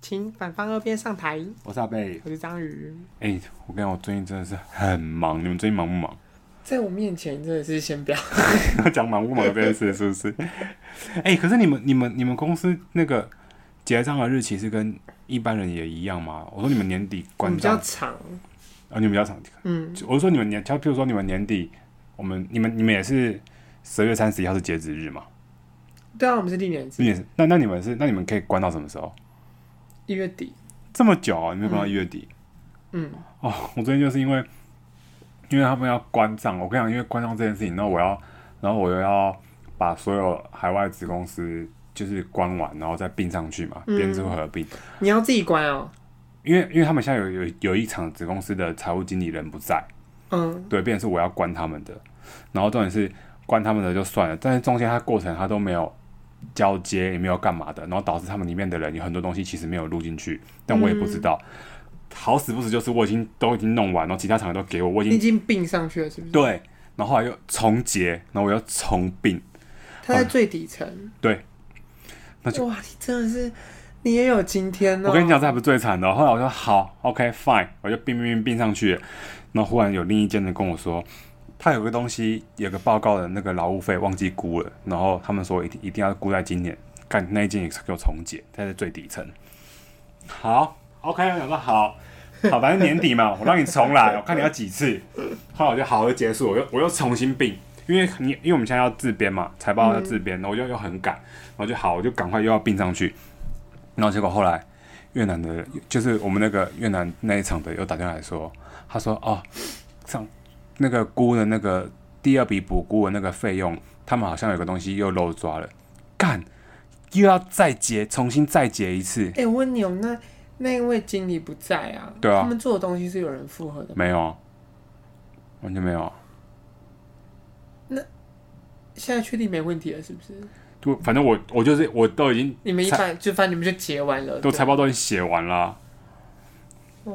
请反方二辩上台。我是阿贝。我是章鱼，哎、我跟你讲，我最近真的是很忙。你们最近忙不忙？ 在我面前真的是先不要。讲忙不忙这件事是不是？哎、可是你们、你们、你们公司那个结账的日期是跟一般人也一样吗？我说你们年底我们 关比较账，长，啊，你们比较长。嗯，我是说你们年，像譬如说你们年底，我们、你们、你们也是十月三十一号是截止日嘛？对啊，我们是历年制你，也是？那那你们是？那你们可以关到什么时候？一月底，这么久、啊，你们关到一月底？嗯，哦，我最近就是因为，因为他们要关账，我跟你讲，因为关账这件事情，然后我要，然后我又要把所有海外子公司就是关完，然后再并上去嘛，编制会合并。你要自己关哦，因为因为他们现在有有有一场子公司的财务经理人不在，嗯，对，变成是我要关他们的，然后重点是关他们的就算了，但是中间他过程他都没有交接，也没有干嘛的，然后导致他们里面的人有很多东西其实没有录进去，但我也嗯不知道。好死不死就是我已经都已经弄完，然后其他厂也都给我，我已你已经经并上去了是不是？对，然后后来又重结，然后我又重并，它在最底层，对，那就哇，你真的是，你也有今天哦。我跟你讲，这还不是最惨的哦。后来我说好，OK fine，我就并并并并上去了。然后忽然有另一间人跟我说，他有个东西，有个报告的那个劳务费忘记估了，然后他们说一定一定要估在今年。干那一间也是给我重解，它在最底层。好，OK，我想说好，好，反正年底嘛， 我让你重来，我看你要几次。后来我就好好地结束，我又我又重新并，因为你因为我们现在要自编嘛，财报要自编，然后我就又很赶，然后就好，我就赶快又要并上去。然后结果后来越南的，就是我们那个越南那一场的，又打电话来说，他说哦，上那个估的那个第二笔补估的那个费用，他们好像有个东西又漏抓了，干，又要再结，重新再结一次，哎、我问你哦，那那一位经理不在啊？对啊他们做的东西是有人复合的吗？没有啊，完全没有啊，现在确定没问题了，是不是？就反正我我就是我都已经你们一财般就反正你们就结完了，都对财报都已经写完了啊、哇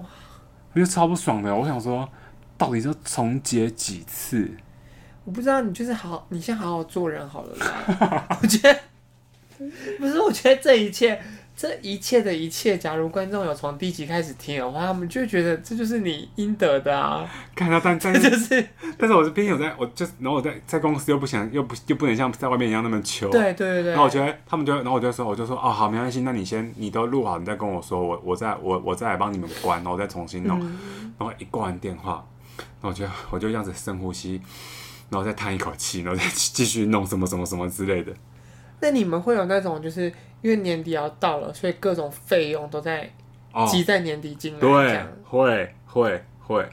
我就超不爽的，我想说到底是要重结几次？我不知道，你就是好好，你先好好做人好了啦。我觉得不是，我觉得这一切，这一切的一切，假如观众有从第一集开始听的话，他们就会觉得这就是你应得的啊，看到但但 这是就是但是我这边有在，我就是，然后我在在公司又不想，又不又不能像在外面一样那么求。。对对对然后我对。觉得他们就，然后我就说，我就说，哦，好，没关系，那你先，你都录好，你再跟我说，我我再我我再来帮你们关，然后我再重新弄。然后一挂完电话，然后我就我就这样子深呼吸，然后再叹一口气，然后再继续弄什么什么什么之类的。那你们会有那种就是因为年底要到了，所以各种费用都在哦，积在年底进来，这对样。，会会会，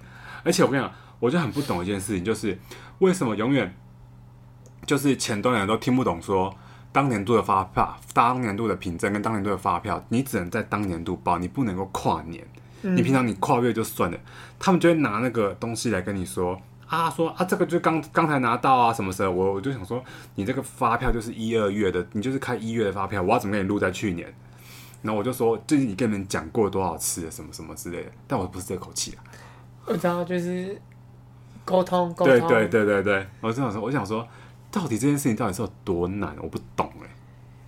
而且我跟你讲，我就很不懂一件事情，就是为什么永远就是前端的人都听不懂说，当年度的发票、当年度的凭证跟当年度的发票，你只能在当年度报，你不能够跨年。你平常你跨越就算了，他们就会拿那个东西来跟你说。啊，说啊，这个就刚刚才拿到啊，什么时候？我我就想说，你这个发票就是一二月的，你就是开一月的发票，我要怎么给你录在去年？然后我就说，最近你跟你们讲过多少次了，什么什么之类的，但我不是这口气啊。我知道就是沟通沟对通，对对对对，我就想说，我想说，到底这件事情到底是有多难，我不懂哎、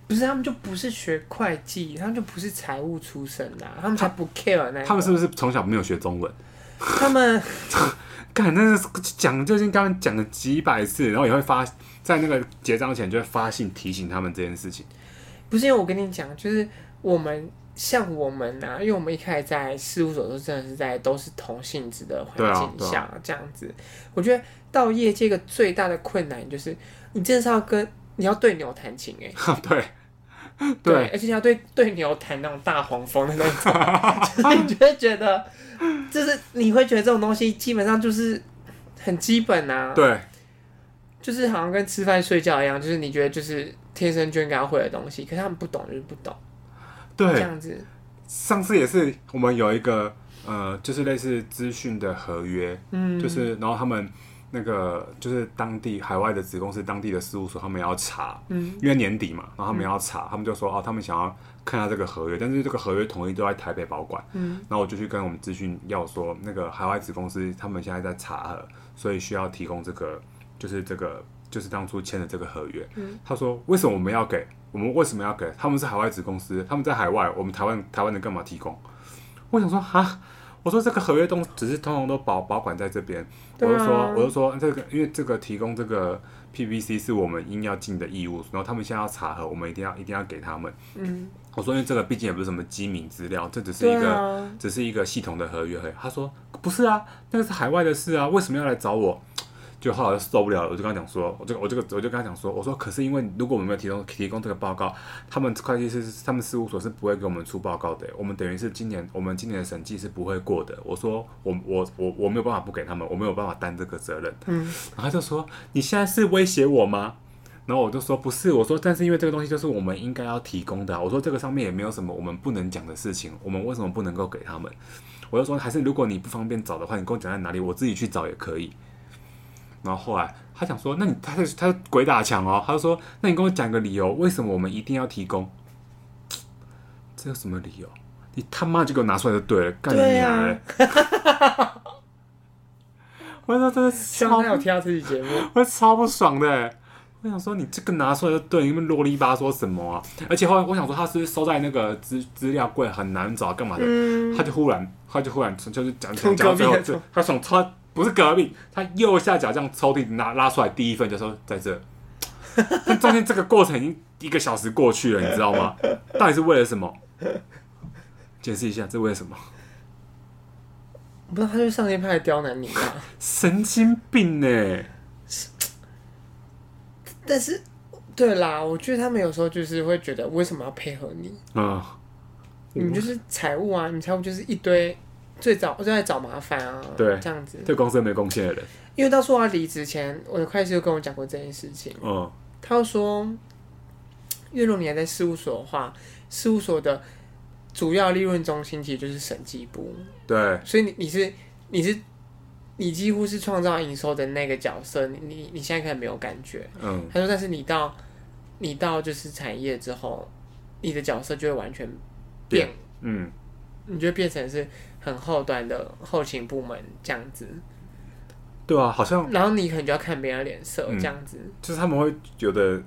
不是他们就不是学会计，他们就不是财务出身的啊、他们才不 care 那一他种们是不是从小没有学中文？他们干，那是讲就已经刚刚讲了几百次，然后也会发在那个结账前就会发信提醒他们这件事情。 不是因为我跟你讲，就是我们像我们啊呐、因为我们一开始在事务所都真的是在都是同性质的环境对啊下、这样子，我觉得到业界一个最大的困难就是你真的是要跟你要对牛弹琴哎、 对而且你要对对牛弹那种大黄蜂的那 种，就是你就会觉得，就是你会觉得这种东西基本上就是很基本啊，对就是好像跟吃饭睡觉一样，就是你觉得就是天生就应该要会的东西，可是他们不懂就是不懂这对，样子。上次也是我们有一个呃，就是类似资讯的合约，嗯，就是然后他们那个就是当地海外的子公司、当地的事务所，他们也要查，嗯，因为年底嘛，然后他们也要查，他们就说哦，他们想要看一下这个合约，但是这个合约统一都在台北保管，嗯，然后我就去跟我们咨询要说，那个海外子公司他们现在在查核，所以需要提供这个，就是这个，就是当初签的这个合约。嗯他说为什么我们要给？我们为什么要给？他们是海外子公司，他们在海外，我们台湾台湾的干嘛提供？我想说哈，我说这个合约东只是通常都保保管在这边，我对啊就说我就说这个，因为这个提供这个 PVC 是我们应要尽的义务，然后他们现在要查核，我们一定要一定要给他们。嗯，我说因为这个毕竟也不是什么机密资料，这只是一对个、啊，只是一个系统的合约而已。他说不是啊，那个是海外的事啊，为什么要来找我？就后来就受不了了，我就跟他讲说，我这个我这个我就跟他讲说，我说可是因为如果我们没有提供提供这个报告，他们会计师他们事务所是不会给我们出报告的，我们等于是今年我们今年的审计是不会过的。我说我我我我没有办法不给他们，我没有办法担这个责任。嗯，然后他就说你现在是威胁我吗？然后我就说不是，我说但是因为这个东西就是我们应该要提供的啊、我说这个上面也没有什么我们不能讲的事情，我们为什么不能够给他们？我就说还是如果你不方便找的话，你跟我讲在哪里，我自己去找也可以。然后后来他想说，那你他就他就鬼打墙哦，他就说那你跟我讲个理由，为什么我们一定要提供？这有什么理由？你他妈就给我拿出来就对了，干你对娘啊 嘞！我说真的希笑望他有听到这期节目。我超不爽的欸。我想说，你这个拿出来就对，你们啰里吧嗦什么啊？而且后来我想说，他是不是收在那个资资料柜很难找，干嘛的？嗯，他就忽然，他就忽然就是讲从隔讲讲到最壁后的就，他从他不是隔壁，他右下角这样抽屉拿拉出来第一份就说在这。但中间这个过程已经一个小时过去了，你知道吗？到底是为了什么？解释一下，这为了什么？我 不知道他就是上天派来刁难你吧？神经病 呢、欸但是，对啦，我觉得他们有时候就是会觉得为什么要配合你？嗯，你们就是财务啊，你们财务就是一堆最早就在找麻烦啊，对这样子。对公司没贡献的人，因为当初我要离职前，我的会计就跟我讲过这件事情，嗯他就说，因为如果你还在事务所的话，事务所的主要利润中心其实就是审计部，对，所以你你是你是你几乎是创造营收的那个角色，你你你现在可能没有感觉，嗯。他说，但是你到你到就是产业之后，你的角色就会完全变，嗯，你就会变成是很后端的后勤部门这样子，对啊，好像然后你可能就要看别人的脸色嗯这样子。就是他们会有的，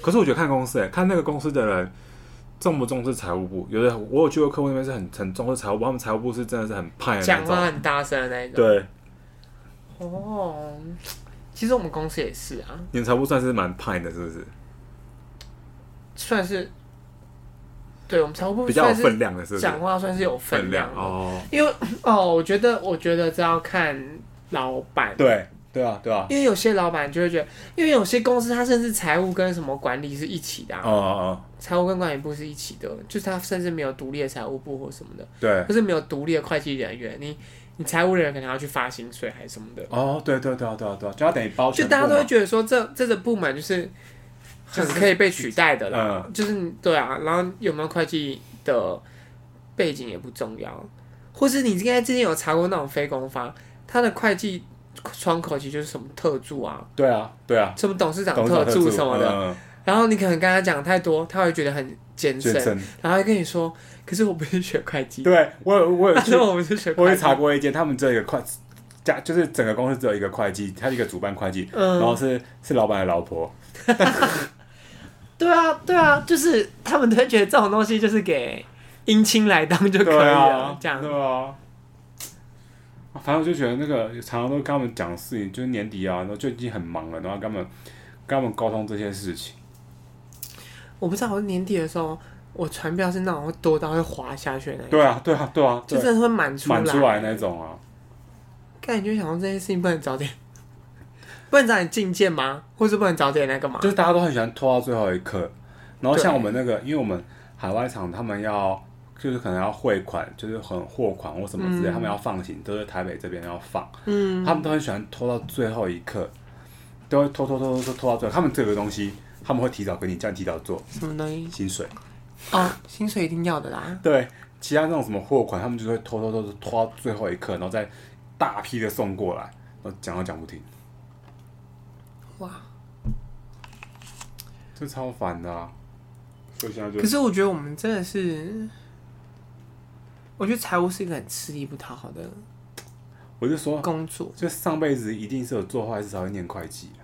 可是我觉得看公司、欸，看那个公司的人重不重视财务部。有的我有去过客户那边是很很重视财务部，他们财务部是真的是很派的那讲话种。很大声的那一种。对，哦，其实我们公司也是啊，你们财务算是蛮派的，是不是？算是，对我们财务部比较有算分是量的，是不是？讲话算是有分量哦。哦，因为哦，我觉得我觉得这要看老板，对对啊，对啊，因为有些老板就会觉得，因为有些公司它甚至财务跟什么管理是一起的、啊，哦哦，财务跟管理部是一起的，就是它甚至没有独立的财务部或什么的，对可，是没有独立的会计人员，你你财务人员可能要去发薪水还是什么的，哦，对对对啊，对啊，对啊，就要等于包就全部大家都会嘛觉得说这这个部门就是很可以被取代的啦，嗯就是你对啊，然后有没有会计的背景也不重要，或是你应该之前有查过那种非公发，它的会计窗口其实就是什么特助啊，对啊，对啊，什么董事长董事特长助什么的，嗯，嗯然后你可能跟他讲太多，他会觉得很艰深健，身。然后他会跟你说，可是我不是学会计的，对我有我有 他去说我不是学我会也计查，过一间，他们只有一个会家，就是整个公司只有一个会计，他一个主办会计，嗯然后是是老板的老婆，对啊对啊，就是他们都会觉得这种东西就是给姻亲来当就可以对了，啊，这样对啊。反正我就觉得那个常常都跟他们讲事情，就是年底啊，然后就已经很忙了，然后跟他们跟他们沟通这些事情。我不知道，我年底的时候，我传票是那种会多到会滑下去的那种，对啊，对啊，对啊，就对，真的会满出来。满出来那种啊，但你就想说这件事情不能早点， 不能早点进件吗？或是不能早点那个嘛就？是大家都很喜欢拖到最后一刻。然后像对我们那个，因为我们海外厂他们要就是可能要汇款，就是很货款或什么之类，嗯他们要放行，都是台北这边要放。嗯，他们都很喜欢拖到最后一刻，都会拖拖拖拖拖拖到最后。他们这个东西，他们会提早跟你叫你提早做什么东西？薪水，哦，薪水一定要的啦。对，其他那种什么货款，他们就会拖拖拖拖拖到最后一刻，然后再大批的送过来，然后讲都讲不停，哇！这超烦的、啊。所以现在就可是我觉得我们真的是，我觉得财务是一个很吃力不讨好的我就说，工作，就上辈子一定是有做坏事才会念会计，哎、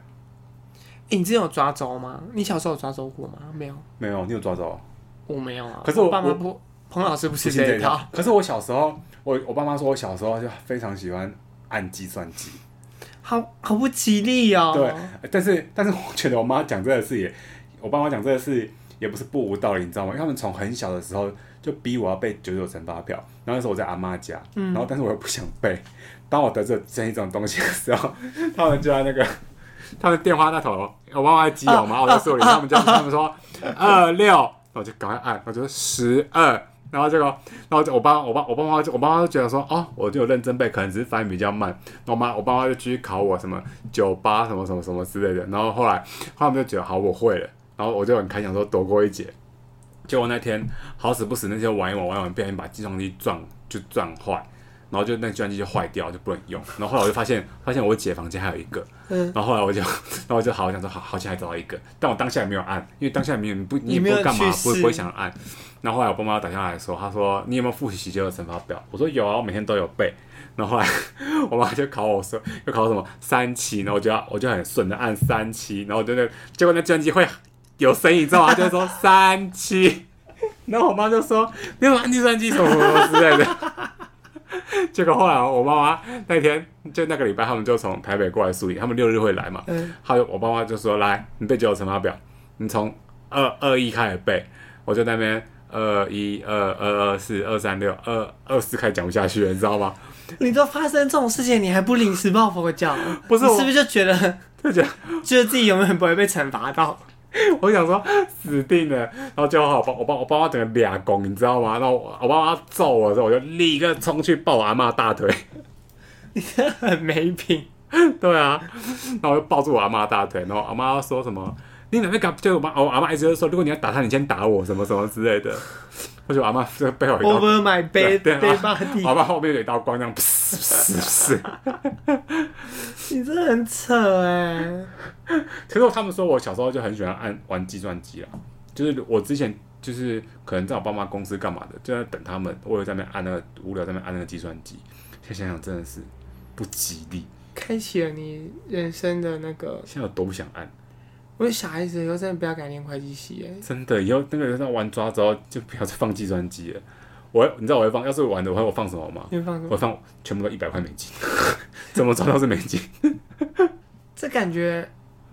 诶你之前有抓周吗？你小时候有抓周过吗？没有，没有，你有抓到？我没有啊。可是我爸妈我不，彭老师不不是信这这一一套套。。可是我小时候，我我爸妈说我小时候就非常喜欢按计算机，好好不吉利哦。对，但是但是我觉得我妈讲这个事也，我爸妈讲这个事也不是不无道理，你知道吗？因为他们从很小的时候就逼我要背九九乘法表，然后那时候我在阿妈家，然后但是我又不想背。当我得知这一种东西的时候，他们就在那个他们电话那头，我爸妈在基友嘛，我在树林，他们就他们说二六，我就赶快按，我就十二。然后结果，然后就我爸我爸我爸妈就我爸妈就觉得说，哦，我就有认真背，可能只是翻译比较慢。然后我妈我爸妈就继续考我什么九八什么什么什么之类的。然后后来后来他们就觉得好我会了，然后我就很开心想说躲过一劫。结果那天好死不死那些玩一玩玩一玩，不小心把计算机撞就撞坏，然后就那计算机就坏掉就不能用。然后后来我就发现发现我姐房间还有一个，嗯，然后后来我就 然后我就好我想说好好像还找到一个，但我当下也没有按，因为当下没有你不你你也不没知有道干嘛去，不会试不会想按。然后后来我爸妈打电话来说，他说你有没有复习九九乘法表？我说有啊，我每天都有背。然后后来我妈就考我说，又考我什么三七，然后我就要我就很顺的按三七，然后我就那结果那计算机会有声音，你知道吗？就会说三七，然后我妈就说你有没有按计算机什么什么之类的。 结果后来我妈妈那天就那个礼拜，他们就从台北过来宿营，他们六日会来嘛。嗯还有我爸妈就说：“来，你背九九乘法表，你从二二一开始背。”我就在那边二一二二二四二三六二二四开始讲不下去了，你知道吗？你都发生这种事情，你还不临时抱佛脚？不是你我是不是就觉得就觉得觉得自己永远不会被惩罚到？我想说死定了，然后最后我爸我爸我爸妈整个俩拱，你知道吗？然后我我爸妈揍我的时候，我就立刻冲去抱我阿妈大腿。 很没品。对啊，然后我就抱住我阿妈大腿，然后我阿妈说什么？你哪边敢？就我妈，我阿妈一直就说，如果你要打他，你先打我，什么什么之类的。我觉得我阿妈这个背后有一道 Over my 对 bed 对 bed 啊 body，好吧，后面有一道光，这样噗噗噗噗。你真的很扯哎。可是他们说我小时候就很喜欢按玩计算机啊，就是我之前就是可能在我爸妈公司干嘛的，就在等他们，我有在那边按那个无聊在那边按那个计算机。现在想想真的是不吉利，开启了你人生的那个，现在有多不想按，我觉得小孩子以后真的不要改念会计系哎，真的以后那个人在玩抓之后就不要再放计算机了。我你知道我会放，要是玩的话我放什么吗？你会放什我么？放全部都一百块美金，怎么抓到是美金？这感觉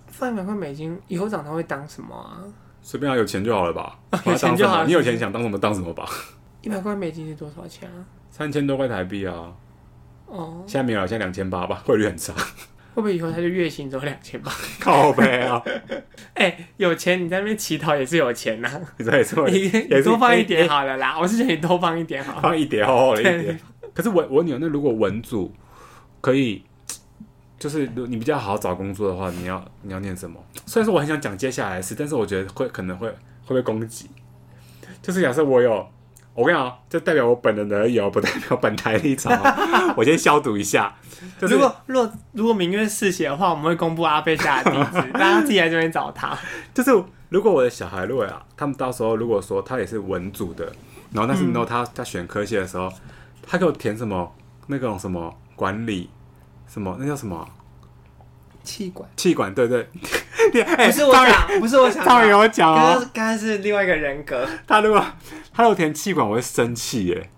放一百块美金，以后长大会当什么啊？？随便啊，有钱就好了吧哦有钱就好我要当什么你有钱想当什么当什么吧。一百块美金是多少钱啊？三千多块台币啊，哦，现在没有了，现在两千八吧，汇率 很差，会不会以后他就月薪只有两千八？靠背啊， 哎，有钱你在那边乞讨也是有钱呐、 你这也是会你也你是多放一点好，好了啦，我是觉得你多放一点好了。放一叠，厚厚的一对叠。可是我我女儿，那如果文组可以，就是如你比较好找工作的话，你要你要念什么？虽然说我很想讲接下来的事，但是我觉得会可能会会被攻击。就是假设我有，我跟你讲，这代表我本人而已哦，不代表本台立场哦。 我先消毒一下， 就是如果如果如果明月嗜血的话，我们会公布阿贝家的地 址，大家自己来这边找他。就是如果我的小孩如果啊，他们到时候如果说他也是文组的，然后嗯但是呢，他他选科系的时候，他给我填什么那种什么管理，什么那叫什么气管气管，对 对，你哎不是我张宇想，不是我想张的，宇有讲刚哦，刚刚刚是另外一个人格。他如果他如果填气管，我会生气耶。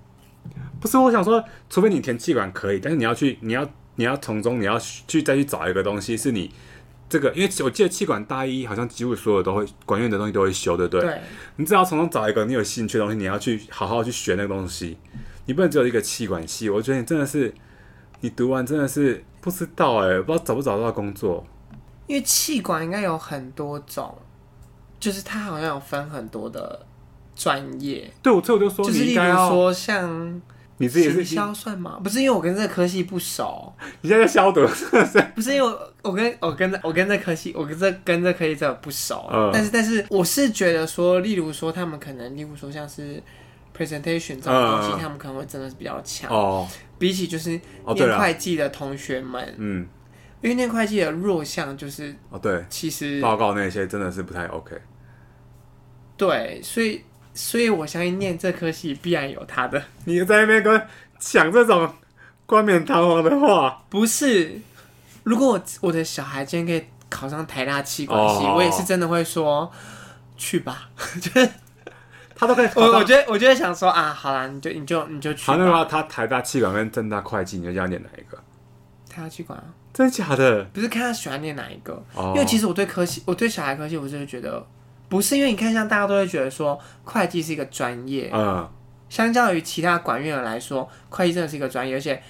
不是，我想说，除非你填气管可以，但是你要去，你要你要从中你要去再去找一个东西，是你这个，因为我记得气管大一好像几乎所有都会管院的东西都会修，对不对？对，你只要从中找一个你有兴趣的东西，你要去好好去学那个东西，你不能只有一个气管系。我觉得你真的是，你读完真的是不知道哎、不知道找不找得到工作。因为气管应该有很多种，就是它好像有分很多的专业，对，我所以我就说就你是例应如该要，说像你自己也行是，销算吗？不是因为我跟这个科系不 熟，你现在在消毒，是不是？不是因为我我跟我跟这我跟这科系我跟这跟这科系真的不熟，嗯但是但是我是觉得说，例如说他们可能，例如说像是 presentation 这种东西，嗯嗯嗯他们可能会真的是比较强，哦，比起就是哦对念了会计的同学们，嗯，因为念会计的弱项就是哦对，其实报告那些真的是不太 OK。对，所以所以我相信念这科系必然有他的，你在那边跟我讲这种冠冕堂皇的话，不是？如果我我的小孩今天可以考上台大气管系，哦我也是真的会说去吧。就是他都可以考我 到。呃我觉得我就会想说啊，好啦，你就你就你就去好，那的吧。话，他台大气管跟正大会计，你就要念哪一个？台大气管啊，真的假的？不是看他喜欢念哪一个，哦因为其实我对科系，我对小孩科系，我就是觉得不是因为你看，像大家都会觉得说会计是一个专业，嗯，相较于其他管院来说，会计真的是一个专业，而且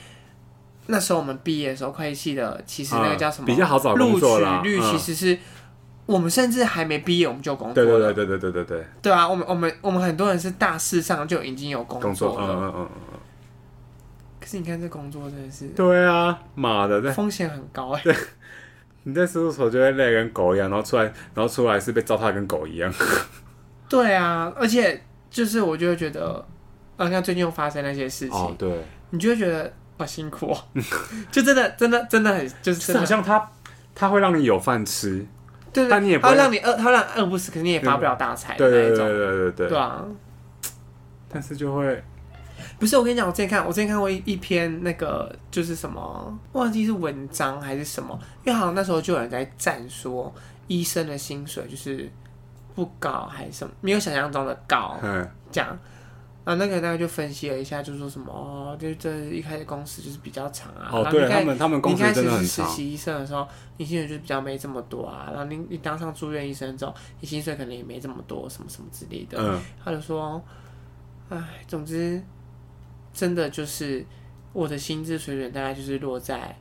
那时候我们毕业的时候，会计系的其实那个嗯叫什么、比较好找录工取作啦率，嗯其实是、我们甚至还没毕业我们就有工作对了，对对对对对对对，对啊，我们我们我们很多人是大四上就已经有工工作作，了，嗯嗯嗯嗯，可是你看这工作真的是对啊，妈的，在风险很高哎、你在事务所就会累得跟狗一样，然后出来，然后出来是被糟蹋得跟狗一样。对啊，而且就是我就会觉得，啊，像最近又发生那些事情，哦，对，你就会觉得好辛苦哦， 就真的真的真的很就是就真是的好像他他会让你有饭吃，对对，但你也不他会会让你饿，他会让你饿不死，可是你也发不了大财的对哎那对一对种，对对对啊。但是就会不是，我跟你讲，我之前看，我之前看过一一篇那个就是什么，忘记是文章还是什么，因为好像那时候就有人在赞说医生的薪水就是不高还是什么，没有想象中的高嗯这样。然后那个那个就分析了一下，就说什么哦，就这一开始工时就是比较长啊，哦，然后对你他看们他们你工一时开真始的很是实长，习医生的时候，你薪水就比较没这么多啊。然后你你当上住院医生之后，你薪水可能也没这么多，什么什么之类的。嗯他就说，唉，总之，真的就是我的薪资水准大概就是落在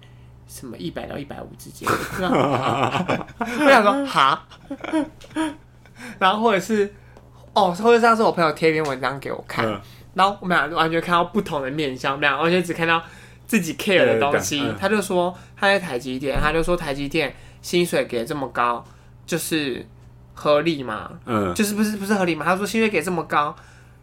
什么一百到一百五之间。 我想说，哈，然后或者是哦，或者是上次我朋友贴一篇文章给我看，嗯然后我们俩完全看到不同的面相，我们俩完全只看到自己 care 的东西对对对。嗯他就说他在台积电，他就说台积电薪水给这么高，就是合理嘛？嗯，就是不是不是合理嘛？他说薪水给这么高，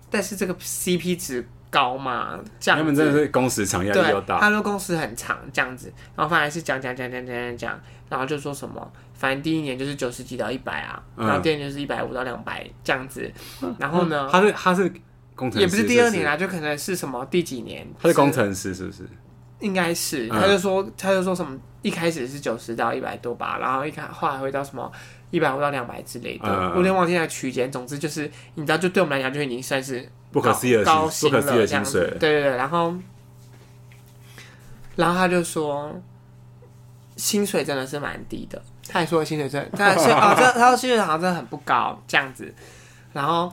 但是这个 CP 值高嘛？这他样们真的子。是工时长，压力又对，大，他说公司很长这样子，然后反正是讲讲讲讲讲讲讲，然后就说什么，反正第一年就是九十几到一百啊，嗯然后第二年就是一百五到两百这样子，然后呢，哦他是他是工程师，也不是第二年啊，啦，就可能是什么第几年，他是工程师是不是？应该是，嗯他就说、他就说什么一开始是九十到一百多吧，然后一开后来会到什么一百五到两百之类的，嗯嗯嗯我有点忘记那个区间。总之就是你知道，就对我们来讲就已经算是不可思议的薪高薪不可思议的这样薪水子对对对，然后然后他就说薪水真的是蛮低的，他也说薪水真 的，他是啊，这他说薪水好像真的很不高这样子，然后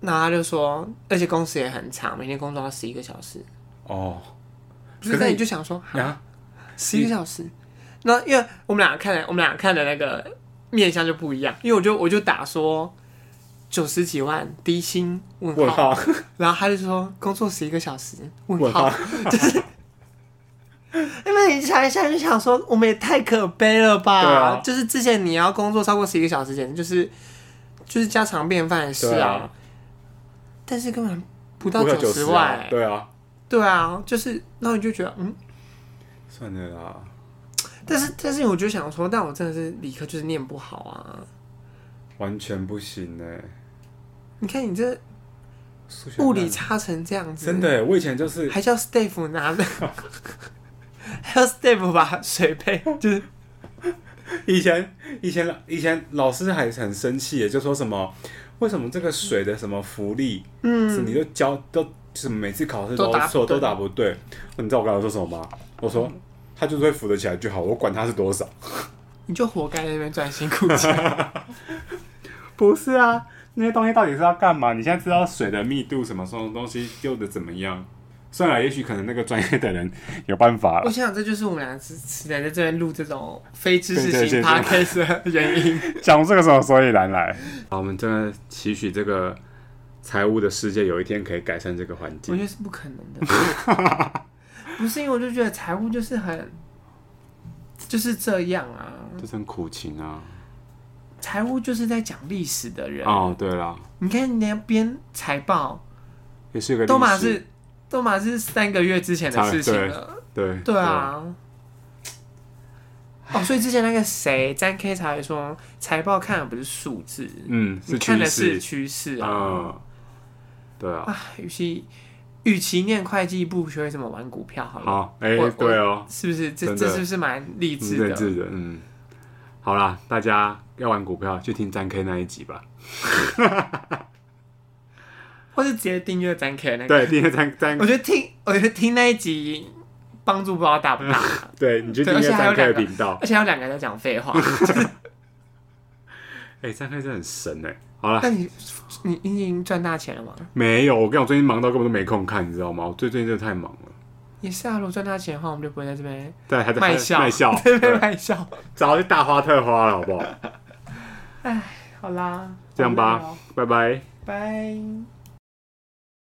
那他就说，而且工时也很长，每天工作到十一个小时，哦，不可是是那你你就想说哈呀，十一嗯个小时。那因为我们俩看的，我们俩看的那个面相就不一样，因为我就我就打说九十几万低薪问号，问号然后他就说工作十一个小时问问号，号，因为你想一下就想说我们也太可悲了吧，对啊就是之前你要工作超过十一个小时，简直就是就是家常便饭的事对啊，啊但是根本不到不可九90啊万、欸对啊，对啊，就是然后你就觉得嗯，算了啦，但是但是我就想说，但我真的是理科就是念不好啊。完全不行哎、你看你这数学物理烂差成这样子，真的、欸，我以前就是 还叫 Steve 拿的，还要 Steve 把水杯就是以前以前以前老师还很生气耶，就说什么为什么这个水的什么浮力，是嗯，你都教都就是每次考试都都答不错对嗯都答不对，你知道我刚才说什么吗？我说他就是会浮得起来就好，我管他是多少。你就活该在那边赚辛苦 钱。不是啊，那些东西到底是要干嘛？你现在知道水的密度什么什么东西丢的怎么样？算了，也许可能那个专业的人有办法我了。想这就是我们俩只只能在这边录这种非知识对对型对对 podcast 的原 因。讲这个时候，所以然来。好，我们真的期许这个财务的世界有一天可以改善这个环我境觉。得是不可能的。 不是因为我就觉得财务就是很就是这样啊，这是很苦情啊！财务就是在讲历史的人。哦，对啦，你看你要编财报，也是一个都马历史是都马是三个月之前的事情了，对对，啊。哦，所以之前那个谁詹 K 才说，财报看的不是数字，嗯，你是看趋的是势趋势啊。嗯，对啊，啊，与其与其念会计，不如学会怎么玩股票好了，好，哎我我，对哦，是不是？这真的这是不是蛮励志认的？字的，嗯，好啦，大家要玩股票去听詹 K 那一集吧。或是直接订阅展开那个。对，订阅 詹詹我，觉得听，我觉得听那一集帮助不知道大不大，对你去对订阅而且还有詹 K 的两个频道。 而且还有两个人在讲废 话。哎、詹 K 真的很神哎、好啦，但你你你已经赚大钱了吗？没有，我跟你讲，我最近忙到根本都没空看，你知道吗？我最最近真的太忙了。也是啊，如果赚大钱的话，我们就不会在这边对，还在卖笑，，卖笑 对对对卖笑。早就大花特花了，好不好？好啦，这样吧好累哦，拜拜。拜。